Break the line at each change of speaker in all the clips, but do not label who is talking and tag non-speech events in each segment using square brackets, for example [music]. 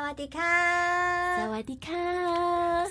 瓦迪卡，
萨瓦迪卡，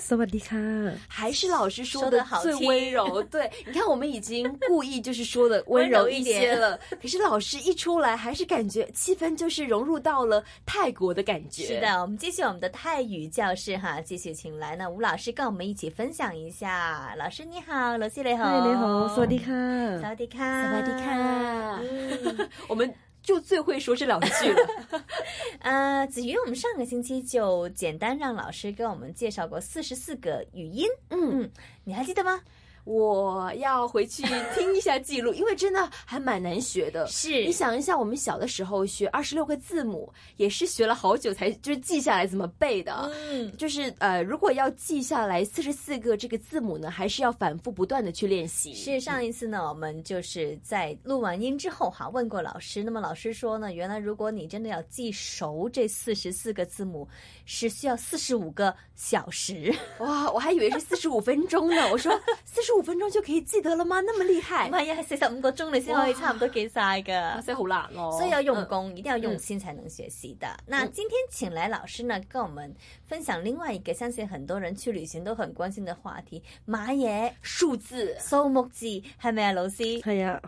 สวัสดีค่ะ
还是老师
说
说
得
的
好
最
听 [laughs]
温柔。对，你看我们已经故意就是说的温柔一些了，可是老师一出来，还是感觉气氛就是融入到了泰国的感觉。
是，的，我们继续我们的泰语教室哈，继续请来呢吴老师跟我们一起分享一下。老师你好，罗西雷好，
嗨，你好，สวัสดีค่ะ
萨瓦迪卡，
萨瓦迪卡
嗯。
我们就最会说这两句了。
[laughs] 呃，子瑜，我们上个星期就简单让老师给我们介绍过四十四个语音，
嗯，
你还记得吗？
我要回去听一下记录，因为真的还蛮难学的。
是
你想一下，我们小的时候学二十六个字母，也是学了好久才就是记下来怎么背的啊。
嗯，
就是呃，如果要记下来四十四个这个字母呢，还是要反复不断的去练习。
是上一次呢，我们就是在录完音之后哈，问过老师，那么老师说呢，原来如果你真的要记熟这四十四个字母，是需要四十五个小时，
哇，我还以为是四十五分钟呢，我 [laughs] 说四十五分钟就可以記得了嗎？那麼厲害，
萬一係四十五個鐘你先可以差唔多記晒噶。
真係好難咯。
所以要用
嗯
功，一定要用心才能学习的。那今天请来老师呢，跟我们分享另外一个相信很多人去旅行都很关心的话题——買嘢、
數字
數目字，係咪啊，老師？
係啊，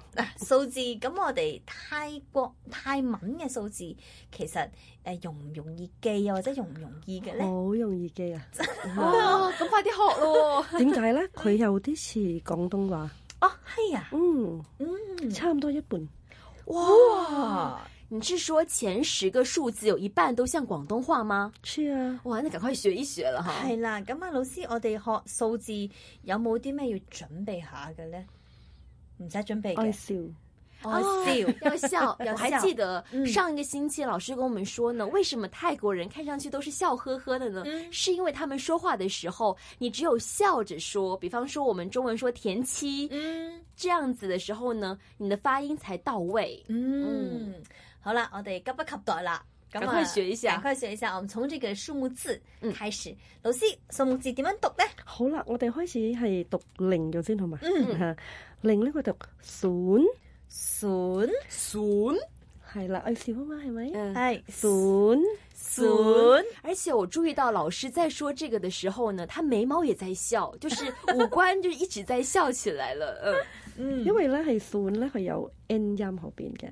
數字咁，我哋泰國泰文嘅數字其實誒、呃容唔容易記啊，或者容唔容易嘅咧？
好容易記啊。
哦，咁快啲學咯。
[laughs]
點解咧？佢有啲似廣東話，
哦，係啊，
嗯，
嗯，
差唔多一半。
[laughs] 哇，你是說前十個數字有一半都像廣東話嗎？
是啊，
哇，那趕快學一學了哈。
係啦。咁啊，老師，我哋學數字有冇啲咩要準備下嘅咧？唔使準備
愛
嘅，
笑。
我笑。
[laughs] 要笑，
啊要
哦我还
笑
记得
嗯
上一个星期老师跟我们说呢，为什么泰国人看上去都是笑呵呵的呢？
嗯
是因为他们说话的时候，你只有笑着说，比方说我们中文说“田七”
嗯
这样子的时候呢，你的发音才到位。
嗯，好啦，我哋急不及待啦。咁啊
赶快學一下
赶快學一下。我們從這個數目字
嗯
開始。老師，數目字點樣讀咧？
好啦，我哋開始係讀零咗先，好嘛？
嗯
嚇，零呢個讀損，
損
損，
係啦，愛笑啊嘛，係咪？
嗯，
係
損，
損。
而且我注意到老师在说这个的时候呢，他眉毛也在笑，就是五官就是一直在笑起来了。嗯，
[laughs] 嗯
因為咧係損咧，佢有 N 音後邊嘅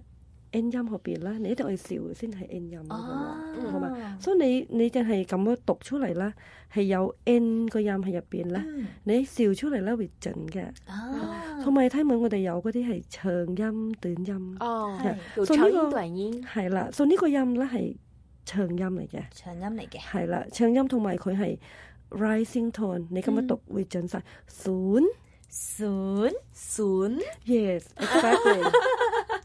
N 音後邊咧，你一定要笑先係 N 音啊嘛。
哦，
好嘛？所以你你淨係咁樣讀出嚟咧，係有 n 個音喺入邊咧，
嗯
你笑出嚟咧會準嘅。
啊，
同埋睇文我哋有嗰啲係長音、短音，
哦
係
有
所以
長
呢
音
個
短音，
係啦。所以呢個音咧係長音嚟嘅，
長音嚟嘅，
係啦，長音同埋佢係 rising tone，你咁樣讀會準晒。損
損，
損，
yes exactly，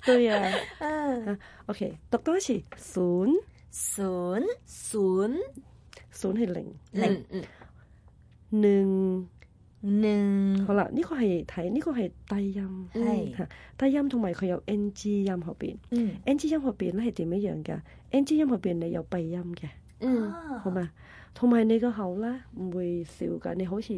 對啊。
嗯，
OK，讀多一次，損
損，
損，
損係零
零
嗯。嗯
零。
嗯
好，啦，呢、個係睇呢個係低音。
嗯
係，
嚇低音同埋佢有 NG 音後邊
嗯，
，NG 音後邊咧係點樣樣㗎？NG 音後邊你有鼻音嘅，
嗯
啊
好嘛？同埋你個口咧唔會笑㗎，你好似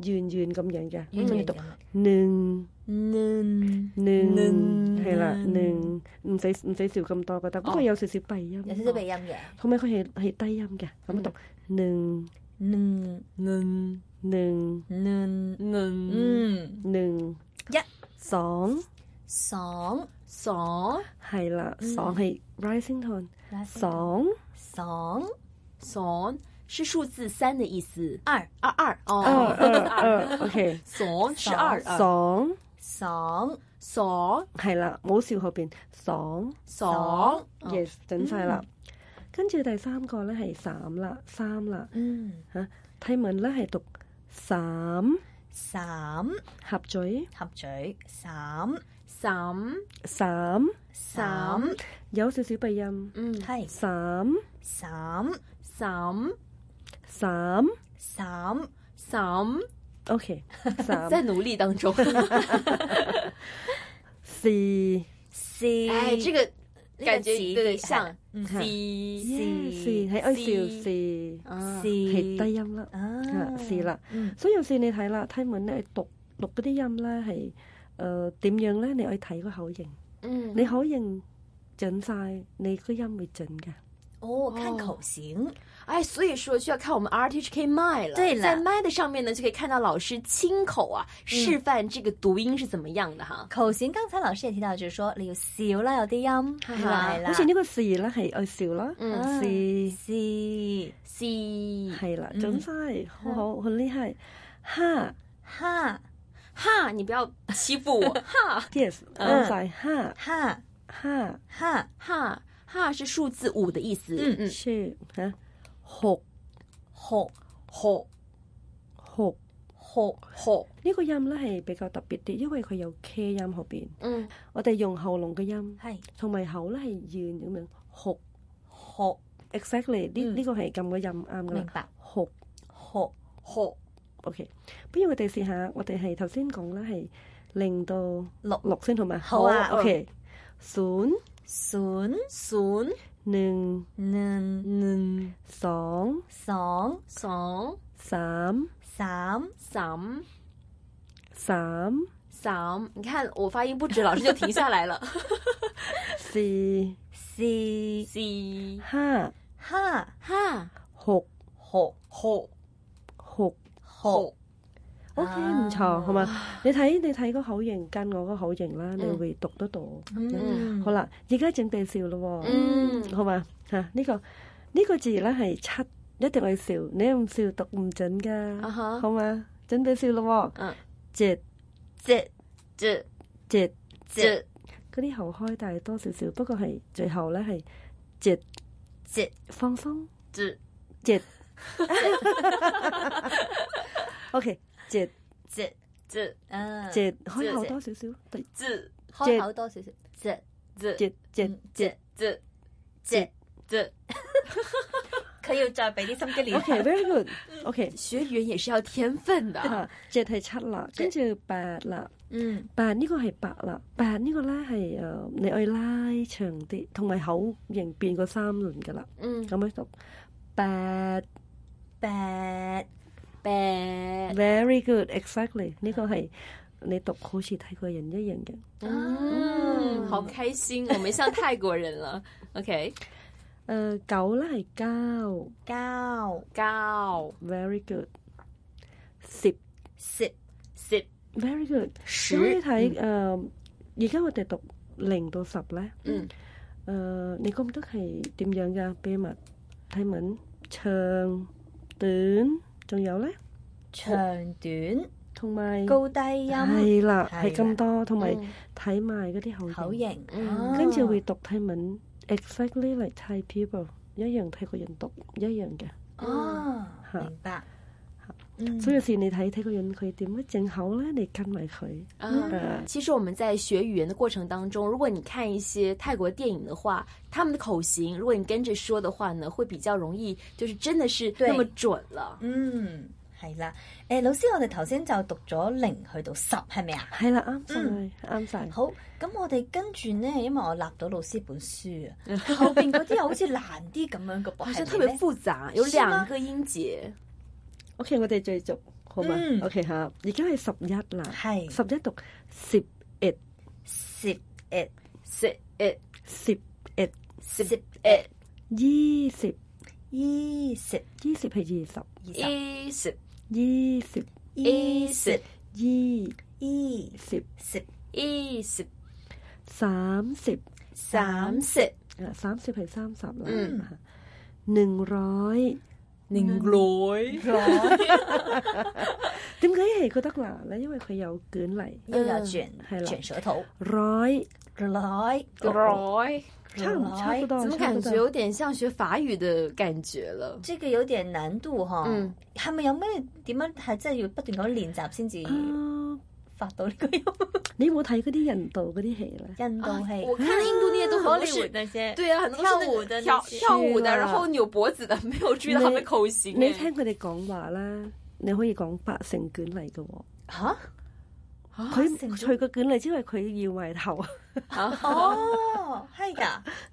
圓圓咁樣嘅，
圓
你
圓
讀
咁
นึ่
嗯，
นึ่係啦，
嗯
นึ่唔使唔使笑咁多，覺得不過有少少鼻音，
有少少鼻，音嘅，
同埋佢係係低音嘅，咁讀นึ่
嗯
能
นึ่
嗯
能
嗯，
นึ่
一
爽
爽，
爽
係啦，
嗯
爽係 rising tone，爽
爽，
爽是数字三的意思，
二
二二哦，
二二二，OK。
爽是二二，
爽
爽，
爽
係啦，冇笑後邊爽
爽哦
yes 整晒啦。跟住第三個咧係三啦，三啦
嗯，
泰文咧係讀三
三
合嘴
合嘴，三
三
三，
三，
有少少鼻音
嗯，
係
三
三
三
三
三。
三
OK
在
三
努力当中，
四
C，
哎，这个
呢個
感觉
字
有
啲
点
係
像
啦嗯
C，
Yeah，
四
四係愛笑
四
四
啊
C
係低音啦，
啊
啊是啦，
嗯
所以有時你睇啦，泰文咧讀讀嗰啲音咧係誒點樣咧？你可以睇個口型。
嗯，
你可以認準晒，你個音會準嘅。
哦，看口型，
哎，所以说就要看我们 RTHK 麦了。
对了
在麦的上面呢，就可以看到老师亲口啊示范这个读音是怎么样的哈。
口型剛才老師亦提到，就係說你要笑啦，有啲音
係
係啦，
好似呢個事啦，係愛笑啦，
嗯
事
是
C
係啦，
嗯
準晒，好好，好厲害，哈
哈
哈，你不要欺负我哈
，yes，
嗯
啱晒，哈
哈
哈，
哈
哈哈是数字五的意思。
嗯
嗯，
書嚇，學
學
吼
學
學
吼，
呢個音咧係比較特別啲，因為佢有 K 音後邊，
嗯
我哋用喉嚨嘅音，
係
同埋口咧係圓咁樣學
學
，exactly 呢
嗯
呢個係咁嘅音啱噶
明
啦，
白
學。
學
吼
OK，不如我哋試下，我哋係頭先講啦，係零到
六
六先好嘛？
好啊
好 OK，ศูนย์
ศูนย์
ศูนย์
หนึ่ง
หนึ่ง
หนึ่ง
สอง
สอง
สอง
สาม
สาม
สาม
สาม
สาม你看我发音不准，老师就停下来 [laughs] 了。
สี่
สี่
สี่
ห้า
ห้า
ห้า
หก
หก
หก
หก
ห
ห
ก
ก
O K
啊
唔錯，好嘛？你睇你睇個口型跟我個口型啦，你
嗯
會讀得到。
嗯
好啦，而家整地笑咯喎，
嗯
好嘛？嚇呢個呢個字咧係七，一定要笑，你唔笑讀唔準
啊
㗎，
哈
好嘛？準備笑咯
嗯
喎，จ็
เจ็ด
这
จ็
这
嗰啲後開大多少少，不過係最後咧係จ็
เจ็ด
放鬆
这
จ็ [laughs] ，OK จ็
เจ็ด
这
อ่า
จ็開口多少少，對
这
ข้อ
เจ็ด
เท้าต่อสิสิเจ็ด
这
อื
จ็จ็
ม
这
เจ็ด
这
เจ็ด
这，
เขา要再俾啲心機練。
[laughs]
，OK，very good，OK
学语言也是要天分的啊。
嚇จ็係七啦，跟住八啦。
嗯，
八呢個係八啦，八呢個咧係誒你去拉長啲，同埋口型變過三輪噶啦，
[laughs] 嗯，
咁樣讀八
แปด
白，
very good，exactly 呢個係你讀好似泰國人一樣嘅。
嗯，好开心，我们像泰国人 [laughs] 了。OK，
誒、九咧係交
เก้า
高
very good，十
สิบ
sit
very good。
十
如果你睇誒，呃而家、我哋讀零到十咧，
嗯
誒、你覺唔覺得係點樣㗎？秘密泰文長短，仲有咧？
長短
同埋
高低音
係啦，
係啦
係咁多，同埋
嗯
睇埋嗰啲口
口
型，
型，
嗯
啊
跟住會讀泰文，exactly like Thai people 一樣泰國人讀一樣嘅。
啊，
嚇
明白。嗯
所以有時你睇泰國人佢點樣整口咧，你跟埋佢。嗯
啊，其实我们在学语言的过程当中，如果你看一些泰国电影的话，他们的口型，如果你跟着说的话呢，会比较容易，就是真的是
对
那么准了。
嗯係啦。誒老師，我哋頭先就讀咗零去到十，係咪啊？
係啦，啱晒
嗯，
啱晒。
好，咁我哋跟住呢，因為我立到老師本書啊，後邊嗰啲又好似難啲咁樣嘅噃，
好像
係
特
咪
别
呢
复杂，有
是吗
两个音节。
OK，我哋繼續好嘛
嗯
？OK 嚇，而家係十一啦，
係
十一讀十一
สิบเอ็ด
sit it
十一
sit 哎 it
ยี่สิบ
ยี่สิบ
ยี่สิบ係二十
ยี่สิบ
i sit
ยี่สิบ
ยี่สิบยี่
ยี่สิบ
สิบ
i sit
สามสิบ
สาม
三 sit
啊สามสิบ係三十啦
อืม
อ่ะหนึ่งร้อย
拧来
ร้อย
點解係覺得難咧？因為佢有捲嚟
又有卷
係啦
卷舌頭
ร้อย
ร้อย
来，
差唔差不多，
怎么
差不
感
多
觉有点像学法语的感觉了？
即係有啲難度呵
嗯，
係咪有咩點樣係真係要不斷咁練習先至
啊
發到呢個音？
你有冇睇嗰啲印度嗰啲戲咧？
印度係
啊我看印度那些都很多是
那些
对啊，很多都是那个
跳舞的
跳
那些
跳舞的，
是啊
然后扭脖子的，没 [laughs] 有注意到他们的口型。
你
哎
聽佢哋講話啦，你可以講八成卷嚟嘅喎。
嚇
啊
[laughs]
成
佢
卷
除個卷嚟之外，佢要埋頭。
[laughs] 啊，
哦，係㗎，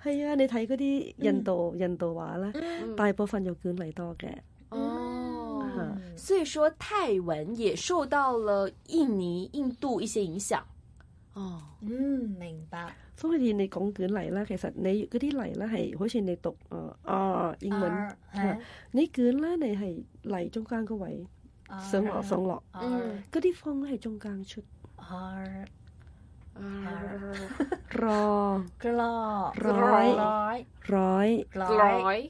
係啊，你睇嗰啲印度、印度話咧，
嗯
大部分有卷嚟多嘅。
哦，
嗯
嗯
所以说泰文也受到了印尼、印度一些影响。哦，
嗯，明白，
所以你講卷嚟啦，其實你嗰啲嚟啦係好似你讀誒啊英文，
R，
嚇你卷啦你係嚟中間嗰位
係
上落
R，
上落，
嗯
R
嗰啲方咧係中間出
R
，raw
Glow
Glow right
Glow
来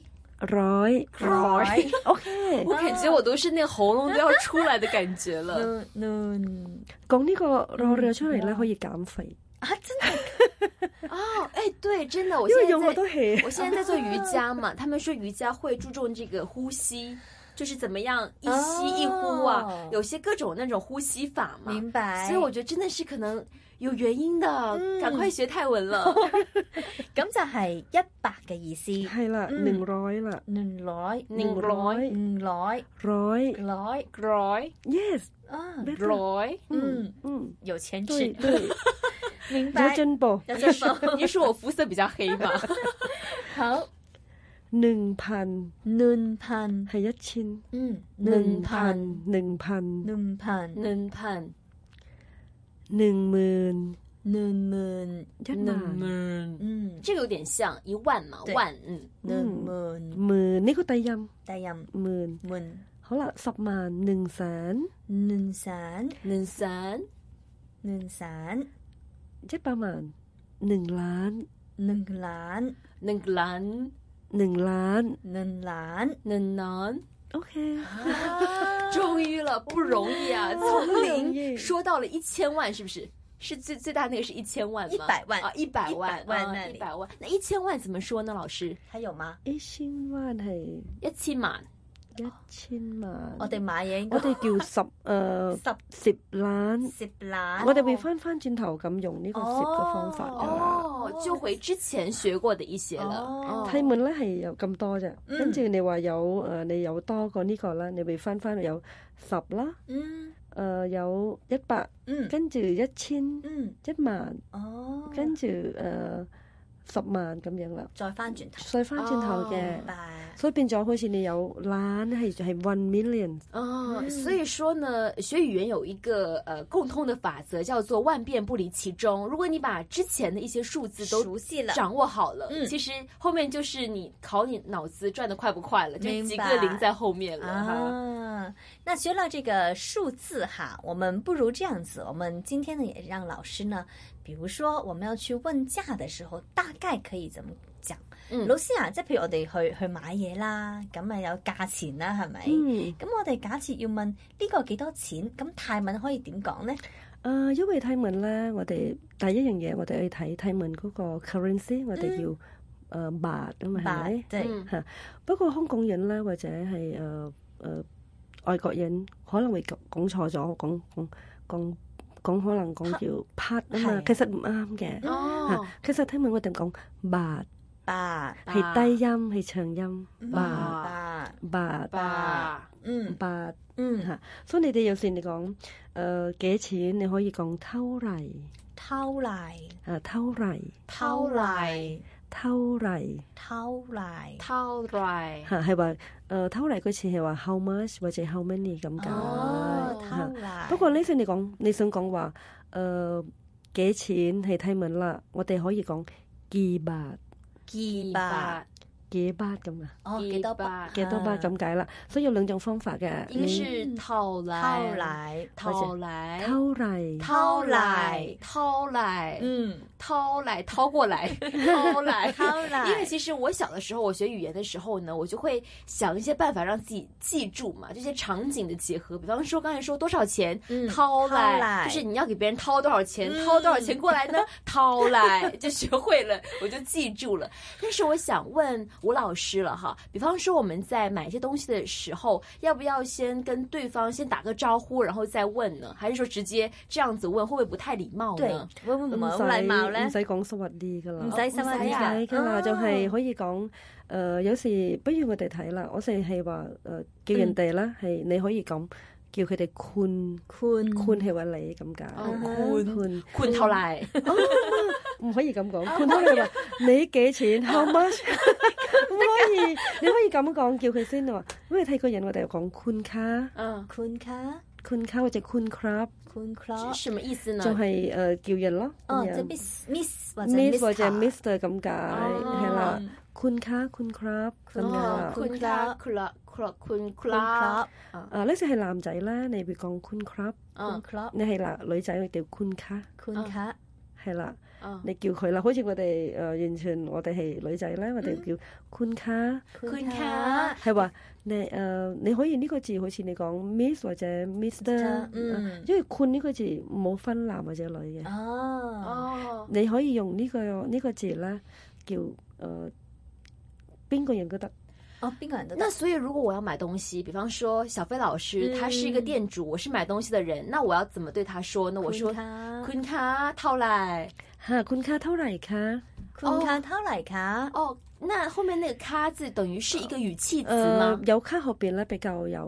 right
Glow
OK，
我感觉我都是那个喉咙都要出来的感觉
嗯
了。
No No
講呢個 raw 出嚟咧可以減肥，
啊，真的
哦，哎，對，真的，我
因為
現
用
在
好
在
多氣。
我现在在做瑜伽嘛，他们说瑜伽会注重这个呼吸，就是怎么样一吸一呼啊
哦，
有些各种那种呼吸法嘛。
明白。嗯
所以我觉得真的是可能有原因的，赶快学泰
[laughs]
文了。
咁就係一百嘅意
[laughs]
思。
係啦，
嗯
零 right 啦，
นึ่งร้อย
หนึ่งร้อย
หนึ่งร้อย
right
ร้อย
Roy [laughs]
，yes，
อ่า
better，
Roy，
嗯，
嗯，
啊有钱吃，
對
[laughs]
對，
明
有
白。
進步，
有進步
你是我肤色比较黑
[laughs]
吧？
好，嗯
零พัน
หนึ่งพัน
係一千，
อืมหนึ่ง
零
พัน
พัน零พัน
หนึ่งพัน
能判
หนึ่งหมื่น
หนึ่งหมื่น
ยัดหนาน
能，
อืม
这个有点像一万嘛，
对
万嗯，
หนึ่งหมื่น
หมื่นนี่ก็ไตย
แต่ยัง
ำหมื่น
หมื่น
เขาละสับมานหนึ่งแสน
หนึ่งแสน
能三
หนึ่งแสน
ยัดประมาณหนึ่งล้าน
หนึ่งล้าน
能蓝
หนึ่งล้าน
หนึ่งล้าน
能南，
โอ
[laughs]
เค
啊
终于了，不容易啊，
不
从
容易
零说到了一千万，是不是？是最最大那个是一千万吗？
100万
啊，一百万，
100万那里
一百万。那一千万怎么说呢？老师，
还有吗？
一千萬係
一千万，
一千萬，
我哋買嘢應該
我哋
[laughs]
叫十誒、呃、
十
十ล้าน，
十ล้าน
我哋會翻翻轉頭咁用呢個十嘅方法㗎啦。
哦，就回之前学过的一些了。
哦
哦，
睇門咧係有咁多啫，跟住你話有誒、呃你有多過呢個啦，你會翻翻有十啦，
嗯
誒、有一百，
嗯
跟住一千、
嗯
一萬。
哦，
跟住誒十萬咁樣啦，
再翻轉頭，
再翻轉頭嘅
明，白。
所以變咗好似你有懶係係 one million，
哦，所以说呢，学语言有一个呃共通的法则，叫做万变不离其中。如果你把之前的一些数字都
熟悉了，
掌握好了，
嗯
其实后面就是你考你脑子转的快不快了，就
明白
几个零在后面了哈。
啊。那学了这个数字哈，我们不如这样子，我们今天呢也让老师呢，比如说我们要去问价的时候，大概可以怎么讲？
嗯
老師啊，即係譬如我哋去去買嘢啦，咁啊有價錢啦，係咪？
嗯，
咁我哋假設要問呢個幾多錢，咁泰文可以點講呢？
啊，因為睇文咧，我哋第一樣嘢我哋去睇睇文嗰個 currency，我哋要誒八啊嘛，係
吧
咪？
即係
嗯
不過香港人咧，或者係誒誒外國人可能會講講錯咗，講講講講可能講叫 part 啊嘛
係，嗯
其實唔啱嘅。
哦
啊，其實睇文我哋講八
八
嗯
嗯
係低音係長音八。
八，
八
吧，
嗯
八，
嗯，
所以你哋有時你講誒、呃、幾錢，你可以講偷嚟
偷嚟
啊偷嚟
偷嚟
偷嚟
偷嚟。
掏来，
嚇係話誒偷嚟嗰次係話 how much 或者 how many 咁解。
哦，
嚇
偷嚟。
不過呢先你講你想講話誒幾錢係睇文啦，我哋可以講幾百
幾百，
幾百咁啊，
哦，
幾
幾多
百
百，
幾多百咁解啦。所以有兩種方法嘅，
一个
你
是掏
偷
来，
嚟，
掏来，
偷嚟
掏来，掏来，
嗯，
掏来，掏过 [laughs] 来，掏来，
偷嚟，
因为其实我小的时候，我学语言的时候呢，我就会想一些办法让自己记住嘛，这些场景的结合。比方说刚才说多少钱，
嗯
掏
掏
来，
来
就是你要给别人掏多少钱，
嗯
掏多少钱过来 [laughs] 呢？掏来就学会了，我就记住了。但是我想问吴老师了哈，比方说我们在买一些东西的时候，要不要先跟对方先打个招呼，然后再问呢？还是说直接这样子问，会不会不太礼貌
對
呢？，
會唔會
唔
好
使
禮貌咧
唔？使講สวัสดี㗎啦
唔。使心
唔使
啊，
啊
係㗎啦，
啊
就係可以講誒、呃有時不如我哋睇啦，我哋係話誒叫人哋啦，係、你可以講叫佢哋寬
寬
寬係話你咁解，
哦
寬
困掏来，
哦唔可以咁講， [laughs] 寬都係話你幾錢 how much 唔可以，啊你可以咁講叫佢先話，因為睇個人我哋又講寬卡
[laughs] 嗯
寬卡
คุณคะ或者คุณครับ
คุณครอ
是什么意思呢
就？係誒叫人咯，
哦，
咁樣
即係 miss miss 或者
miss 或者
Mr.
Mr 咁解，
哦
係啦，คุณคะคุณครับ咁樣
哦
啦。
คุณ
คุ
ค
ณ
รั
ลา
บ
คุณลาคุณลาคุณ
คุณ
ลา
ครอบ
啊，呢隻係男仔咧，你會講คุณครับ；
คุณ
嗯
ครอบ
你係男女仔，你叫คุณ卡，
คุณคะ
係啦，
嗯，
你叫佢啦。好似我哋誒、呃完全我哋係女仔咧，我哋叫คุณ卡，
คุณคะ
係話你誒、呃你可以呢個字好似你講 miss 或者 mister，、
嗯
因為คุณ呢個字冇分男或者女嘅，
อ๋อ
嗯
哦，
你可以用呢、個呢、個字咧叫誒邊、個人都得。
อ๋อ邊個人都得
那所以如果我要买东西，比方说小飞老师
嗯
他是一个店主，我是买东西的人，那我要怎么对他说呢？我说
คุณคะ
คุณคะ套来
嚇，คุณ卡เท่าไหร่คะ？
คุณคะเท่าไหร่คะ
哦，那后面那个咔字等于是一个语气
誒、
词吗？
有卡後邊咧比較有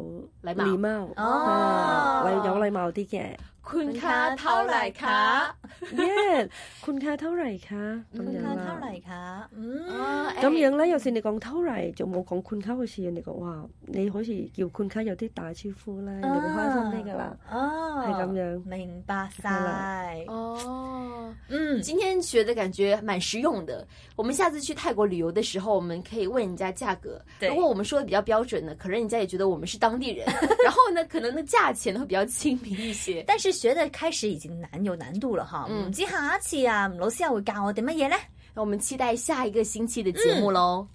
禮貌
禮貌，
อ๋อ
啊禮有禮貌啲嘅。
คุณ
คุณ
คะ
คะ
哦套
เท่าไหร่
来
คะ
คะ，
耶！คุณค่าเท่าไหร่คะ咁
คุณ
樣
คะเท่า
啦
ไหร่。คะอืม
哦哎
咁樣咧，有時你講เท่าไหร่就冇講คุณค่า，好似人哋講哇，你好似叫คุณค่า有啲打招呼咧，人哋會開心啲噶啦。
อ๋อ
係咁樣
啊哦明白晒
係啦
哦。
嗯
今天学的感觉蛮实用的。我们下次去泰国旅游的时候，我们可以问人家价格。
对
如果我们说的比较标准呢，可能人家也觉得我们是当地人。然后呢，可能那价钱会比较亲民一些。
但是學得開始已經難有難度啦，哈！唔
嗯
啊知下一次啊，吳老師又會教我哋乜嘢呢？
那我们期待下一个星期的节目喽。